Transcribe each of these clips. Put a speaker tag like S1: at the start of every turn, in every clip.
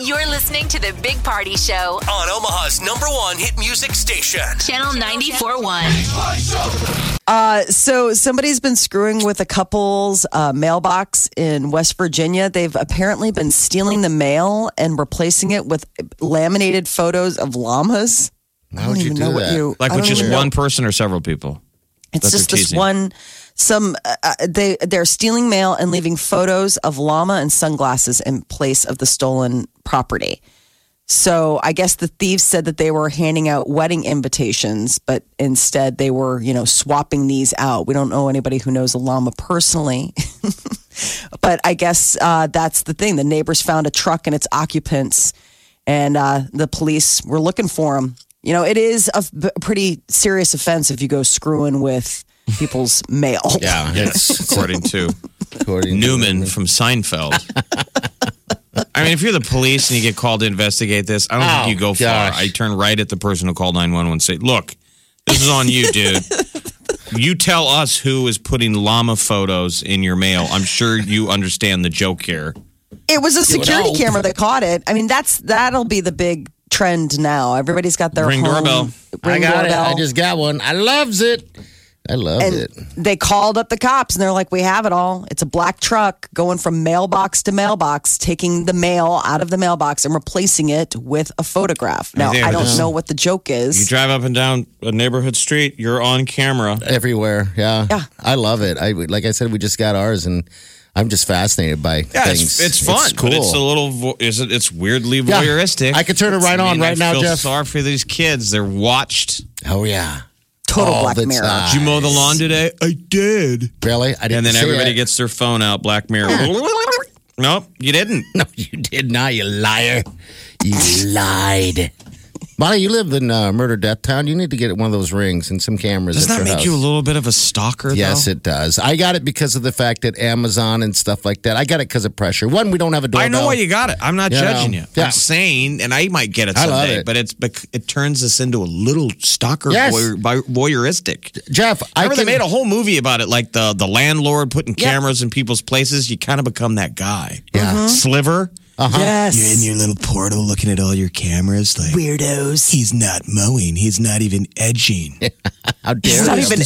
S1: You're listening to the Big Party Show,
S2: on Omaha's number one hit music station.
S1: Channel 941.
S3: Uh, so somebody's been screwing with a couple's uh, mailbox in West Virginia. They've apparently been stealing the mail and replacing it with laminated photos of llamas.
S4: How would you do that?
S3: I
S5: Like
S3: don't
S5: with just
S3: even know.
S5: one person or several people?
S3: It's
S5: that
S3: just
S5: they're
S3: this
S5: teasing?
S3: one. Some uh, uh, they they're stealing mail and leaving photos of llama and sunglasses in place of the stolen property. So I guess the thieves said that they were handing out wedding invitations, but instead they were you know swapping these out. We don't know anybody who knows a llama personally. But I guess uh, that's the thing. The neighbors found a truck and its occupants, and uh, the police were looking for them. You know, it is a f- pretty serious offense if you go screwing with people's mail.
S4: Yeah,
S5: Yes, according to
S4: according to
S5: Newman from Seinfeld. I mean, if you're the police and you get called to investigate this, I don't
S4: Oh,
S5: think you go
S4: gosh.
S5: far. I turn right at the person who called 911 say, Look, this is on you, dude. You tell us who is putting llama photos in your mail. I'm sure you understand the joke here.
S3: It was a security
S4: know.
S3: camera that caught it. I mean, that's that'll be the big trend now. Everybody's got their
S5: Ring
S3: home-
S5: doorbell.
S3: Ring
S4: I got
S3: doorbell.
S4: it. I just got one. I loves it. I love
S3: and
S4: it.
S3: they called up the cops and they're like, We have it all. It's a black truck going from mailbox to mailbox, taking the mail out of the mailbox and replacing it with a photograph. Now,
S5: There
S3: I
S5: it
S3: don't
S5: is.
S3: know what the joke
S5: You
S3: is.
S5: drive up and down a neighborhood street, you're on camera.
S4: Everywhere. Yeah.
S3: Yeah.
S4: I love it. I like I said, we just got ours, and I'm just fascinated by
S5: Yeah,
S4: things.
S5: it's, it's fun.
S4: It's cool.
S5: But it's a little. Vo- is it? It's weirdly
S4: Yeah.
S5: voyeuristic.
S4: I could turn it
S5: It's-
S4: right on
S5: I
S4: right now,
S5: feel
S4: Jeff.
S5: Sorry for these kids. They're watched.
S4: oh yeah.
S3: Total
S4: All
S3: Black
S4: the
S3: Mirror.
S4: time.
S5: Did you mow the lawn today? I did.
S4: Really? I didn't.
S5: And then
S4: see
S5: everybody
S4: it.
S5: gets their phone out. Black Mirror. nope, you didn't.
S4: No, you did not. You liar. You lied. Molly, you live in uh, Murder Death Town. You need to get one of those rings and some cameras.
S5: Doesn't
S4: at
S5: that
S4: your
S5: make
S4: house.
S5: you a little bit of a stalker?
S4: Yes,
S5: though?
S4: it does. I got it because of the fact that Amazon and stuff like that. I got it because of pressure. One, we don't have a
S5: I
S4: doorbell.
S5: know why you got it. I'm not
S4: You
S5: judging
S4: know,
S5: you.
S4: yeah.
S5: I'm saying, and I might get it
S4: I love
S5: someday,
S4: it.
S5: but it's bec- it turns us into a little stalker
S4: Yes.
S5: voyeur- voy- voyeuristic.
S4: Jeff. I
S5: Remember,
S4: can,
S5: they made a whole movie about it, like the the landlord putting cameras in people's places. You kind of become that guy.
S4: Yeah.
S5: Sliver.
S4: Uh-huh.
S3: Yes.
S5: your little portal looking at all your cameras. Like,
S3: Weirdos.
S5: he's not mowing. He's not even edging.
S4: How
S3: It's
S4: dare
S3: not
S4: you?
S3: even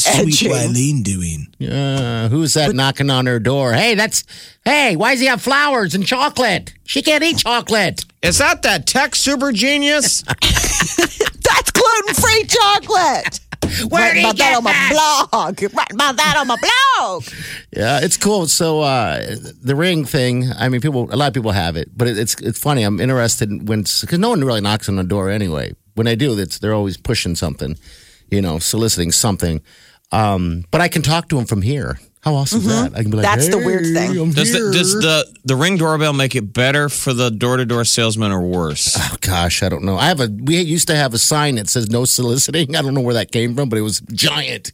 S3: edging.
S5: doing?
S4: Uh, who's that knocking on her door? Hey, that's. Hey, why does he have flowers and chocolate? She can't eat chocolate.
S5: Is that that tech super genius?
S3: That's gluten free chocolate. Write
S4: Where did he
S3: about that
S4: get
S3: on my blog. Write about that on my blog.
S4: Yeah, it's cool. So uh, the ring thing. I mean, people. A lot of people have it, but it, it's it's funny. I'm interested when because no one really knocks on the door anyway. When they do, it's they're always pushing something, you know, soliciting something. Um, but I can talk to them from here. How awesome is that? I can be like,
S3: Mm-hmm. That's the weird
S4: "Hey,
S3: thing.
S4: I'm
S5: Does the,
S4: here."
S5: does the the ring doorbell make it better for the door to door salesman or worse?
S4: Oh, gosh, I don't know. I have a. We used to have a sign that says no soliciting. I don't know where that came from, but it was giant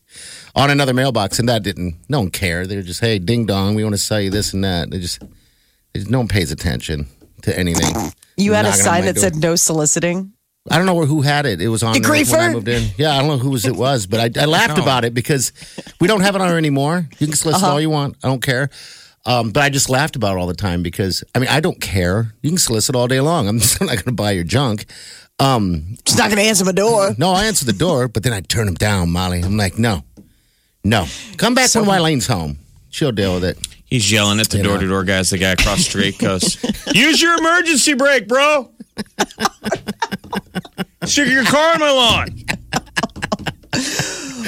S4: on another mailbox, and that didn't. No one cared. They were just, hey, ding dong, we want to sell you this and that. They just, they just- no one pays attention to anything.
S3: You had a
S4: Knocking on
S3: sign
S4: my
S3: that said
S4: door.
S3: no soliciting.
S4: I don't know where- who had it. It was on
S3: The
S4: there when I
S3: griefer?
S4: moved in. Yeah, I don't know whose it was, but I, I laughed about it because we don't have it on there anymore. You can solicit all you want. I don't care. Um, but I just laughed about it all the time because I mean I don't care. You can solicit all day long. I'm just not going to buy your junk.
S3: She's not going to answer my door.
S4: No, I answer the door, but then I turn him down, Molly. I'm like, no, no. Come back when Wylene's home. She'll deal with it.
S5: He's yelling at the
S4: You know.
S5: door to door guys. The guy across the street goes, "Use your emergency brake, bro." Stick your car on my lawn.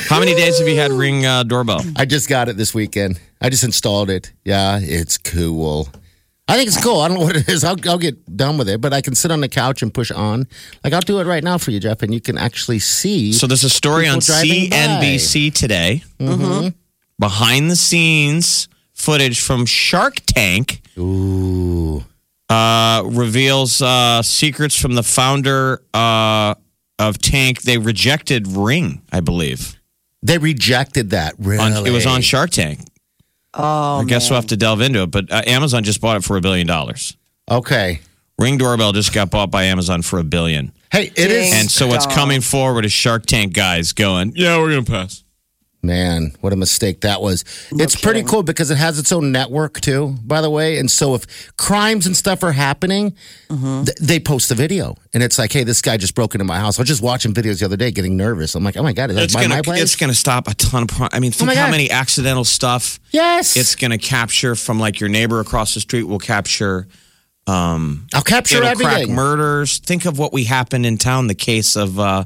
S5: How many days have you had ring uh, doorbell?
S4: I just got it this weekend. I just installed it. Yeah, it's cool. I think it's cool. I don't know what it is. I'll, I'll get done with it, but I can sit on the couch and push on. Like, I'll do it right now for you, Jeff, and you can actually see.
S5: So there's a story on
S4: People driving Mm-hmm.
S5: CNBC today. Behind the scenes footage from Shark Tank.
S4: Ooh.
S5: uh, reveals uh, secrets from the founder uh, of Tank. They rejected Ring, I believe.
S4: They rejected that. Really?
S5: On, It was on Shark Tank.
S3: Oh,
S5: I guess we'll have to delve into it. But uh, Amazon just bought it for a billion dollars.
S4: Okay.
S5: Ring doorbell just got bought by Amazon for a billion.
S4: Hey, it is.
S5: And so what's
S3: Stop.
S5: coming forward is Shark Tank guys going, yeah, we're going to pass.
S4: Man, what a mistake that was. it's pretty cool because it has its own network too, by the way. And so if crimes and stuff are happening,
S5: Mm-hmm.
S4: th- they post the video. And it's like, hey, this guy just broke into my house. I was just watching videos the other day getting nervous. I'm like, oh my God, is that
S5: It's
S4: by
S5: going
S4: my
S5: to
S4: place?
S5: it's going to stop a ton of pro- I mean, think
S4: Oh my
S5: how
S4: God.
S5: many accidental stuff
S4: yes.
S5: it's going to capture from like your neighbor across the street will capture
S4: I'll capture
S5: it'll crack
S4: everything.
S5: murders. Think of what we happened in town the case of uh,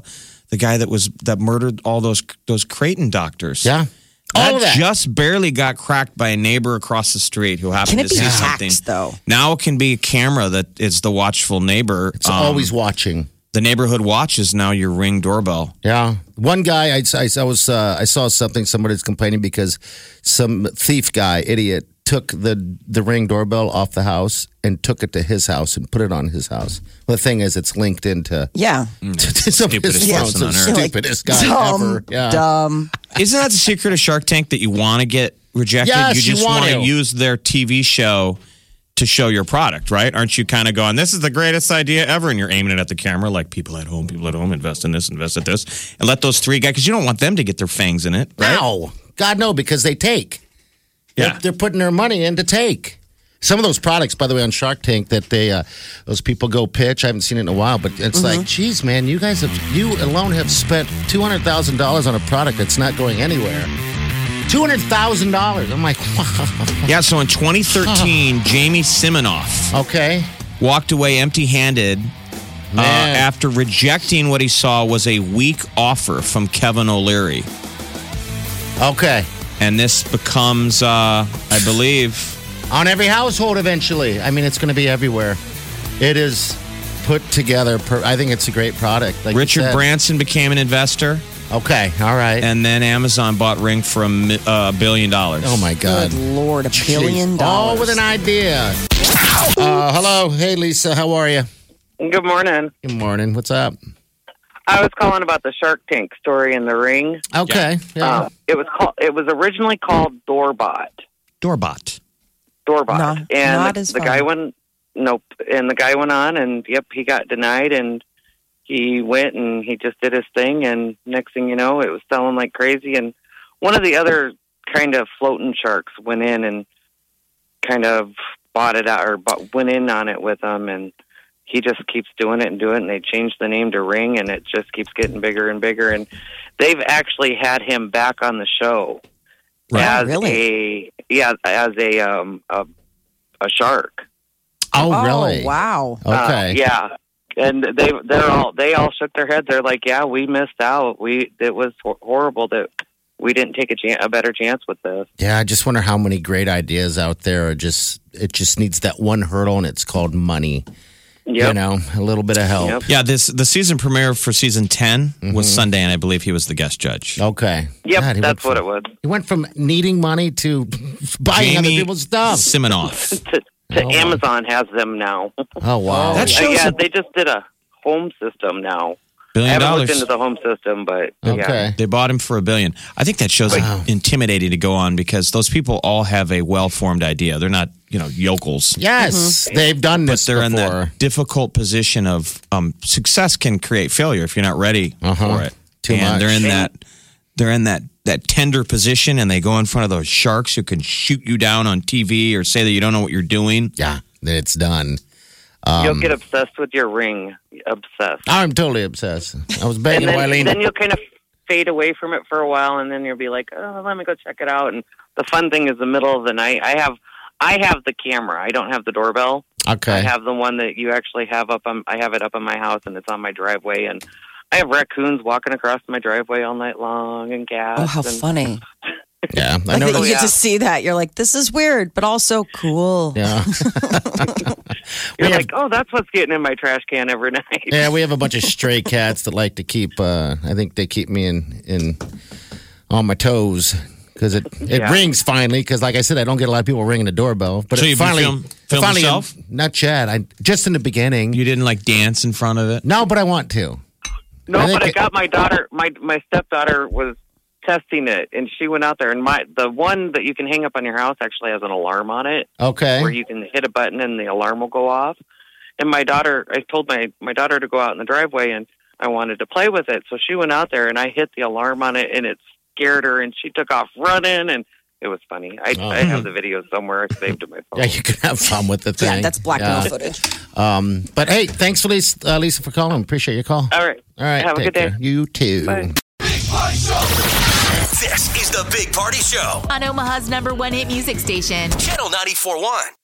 S5: the guy that was that murdered all those those Creighton doctors.
S4: yeah.
S5: That
S4: All of that.
S5: just barely got cracked by a neighbor across the street who happened
S3: Can it
S5: to
S3: be
S5: see
S3: hacked,
S5: something.
S3: though?
S5: Now it can be a camera that is the watchful neighbor. Um,
S4: it's always watching.
S5: the neighborhood watches now your ring doorbell.
S4: Yeah, one guy I, I, I was uh, I saw something. Somebody's complaining because some thief guy, idiot, took the the ring doorbell off the house and took it to his house and put it on his house. Well, the thing is, it's linked into
S3: yeah.
S4: to some of his
S5: Stupidest
S4: phones.
S5: person
S4: The
S5: on earth.
S4: Stupidest guy
S3: dumb,
S4: ever. Yeah.
S3: dumb.
S5: Isn't that the secret of Shark Tank that you want to get rejected?
S4: Yes,
S5: you
S4: you
S5: just
S4: want
S5: want to
S4: to.
S5: use their TV show to show your product, right? Aren't you kind of going, this is the greatest idea ever? And you're aiming it at the camera like people at home, people at home, invest in this, invest in this. And let those three guys, because you don't want them to get their fangs in it, right?
S4: Now, God no, because they take.
S5: Yeah.
S4: They're, they're putting their money in to take. Some of those products, by the way, on Shark Tank that they uh, those people go pitch. I haven't seen it in a while, but it's
S5: Mm-hmm.
S4: like, geez, man, you guys have you alone have spent two hundred thousand dollars on a product that's not going anywhere. Two hundred thousand dollars. I'm like, wow.
S5: Yeah, so in 2013, Jamie Siminoff
S4: okay,
S5: walked away empty handed uh,
S4: Man.
S5: after rejecting what he saw was a weak offer from Kevin O'Leary.
S4: okay.
S5: And this becomes, uh, I believe,
S4: On every household, eventually. I mean, it's going to be everywhere. It is put together. Per- I think it's a great product. Like you
S5: Richard
S4: said.
S5: Branson became an investor,
S4: Okay, all right.
S5: and then Amazon bought Ring for a mi- uh, billion dollars.
S4: oh my God.
S3: Good lord, a billion
S4: Jeez.
S3: dollars.
S4: All with an idea. Uh, hello. Hey, Lisa. How are you?
S6: Good morning.
S4: Good morning. What's up?
S6: I was calling about the Shark Tank story in the ring.
S4: Okay. Yeah.
S6: Um, it was called. It was originally called Doorbot.
S5: Doorbot.
S6: Doorbot.
S3: No,
S6: and
S3: not
S6: the,
S3: as
S6: the
S3: fun.
S6: guy went. Nope. And the guy went on, and yep, he got denied, and he went and he just did his thing, and next thing you know, it was selling like crazy, and one of the other kind of floating sharks went in and kind of bought it out or bought, went in on it with him and he just keeps doing it and doing it and they changed the name to ring and it just keeps getting bigger and bigger and they've actually had him back on the show
S3: Right.
S6: as
S3: Really?
S6: a yeah as a um a, a shark
S4: oh,
S3: oh,
S4: really?
S3: wow.
S4: Okay.
S6: uh, yeah and they they're all they all shook their head they're like yeah we missed out we it was hor- horrible that we didn't take a chan a better chance with this
S4: Yeah, I just wonder how many great ideas out there are just, it just needs that one hurdle, and it's called money.
S6: yep.
S4: You know, a little bit of help.
S6: Yep.
S5: Yeah, this the season premiere for season 10
S4: Mm-hmm.
S5: was Sunday, and I believe he was the guest judge.
S4: Okay.
S6: Yep,
S4: God, he went
S6: that's what
S4: from-
S6: it was.
S4: He went from needing money to buying other people's stuff.
S5: Siminoff.
S6: To, to
S4: Oh.
S6: Amazon has them now.
S4: Oh, wow.
S5: That
S6: So,
S5: shows
S6: yeah,
S5: a
S6: they just did a home system now. I
S5: billion
S6: haven't looked
S5: dollars.
S6: into the home system, but yeah.
S4: okay.
S5: They bought him for a billion. I think that shows like, intimidating to go on because those people all have a well formed idea. They're not, you know, yokels.
S4: Yes,
S3: Mm-hmm.
S4: they've done
S5: But
S4: this
S5: they're in
S4: before.
S5: that difficult position of um, success can create failure if you're not ready for it.
S4: Uh-huh. Too
S5: and
S4: much.
S5: they're in that they're in that that tender position, and they go in front of those sharks who can shoot you down on TV or say that you don't know what you're doing.
S4: yeah, it's done.
S6: You'll get obsessed with your ring. Obsessed.
S4: I'm totally obsessed. I was
S6: and
S4: begging
S6: then,
S4: Wileen.
S6: then you'll kind of fade away from it for a while, and then you'll be like, oh, let me go check it out. And the fun thing is the middle of the night. I have. I have the camera. I don't have the doorbell.
S4: okay.
S6: I have the one that you actually have up on. I have it up in my house, and it's on my driveway. And I have raccoons walking across my driveway all night long, and cats.
S3: Oh, how
S6: and-
S3: funny.
S4: yeah, I
S3: Like
S4: know.
S3: that you
S6: Oh,
S3: get
S6: yeah.
S3: to see that. You're like, this is weird, but also cool.
S4: Yeah.
S3: Oh
S6: You're
S4: We have-
S6: like, oh, that's what's getting in my trash can every night.
S4: Yeah, we have a bunch of stray cats that like to keep. Uh, I think they keep me in in on my toes because it it
S6: Yeah.
S4: rings finally. Because like I said, I don't get a lot of people ringing the doorbell. But
S5: So
S4: it
S5: you've been
S4: finally,
S5: film-
S4: it
S5: film
S4: finally,
S5: yourself?
S4: not Chad. I just in the beginning.
S5: You didn't like dance in front of it.
S4: no, but I want to.
S6: No,
S4: I think
S6: but I
S4: it-
S6: got my daughter. My my stepdaughter was testing it, and she went out there. And my the one that you can hang up on your house actually has an alarm on it,
S4: Okay.
S6: where you can hit a button and the alarm will go off. And my daughter, I told my my daughter to go out in the driveway, and I wanted to play with it, so she went out there, and I hit the alarm on it, and it scared her, and she took off running, and it was funny. I,
S4: Oh.
S6: I have the video somewhere I saved in my phone.
S4: yeah, you can have fun with the thing.
S3: Yeah, that's blackmail
S4: Yeah.
S3: footage.
S4: Um, but hey, thanks, Lisa, uh, Lisa, for calling. Appreciate your call.
S6: All right.
S4: All right.
S6: Have a
S4: take
S6: good day.
S4: care. You too.
S6: Bye.
S2: This is the Big Party Show,
S1: On Omaha's number one hit music station.
S2: Channel 941.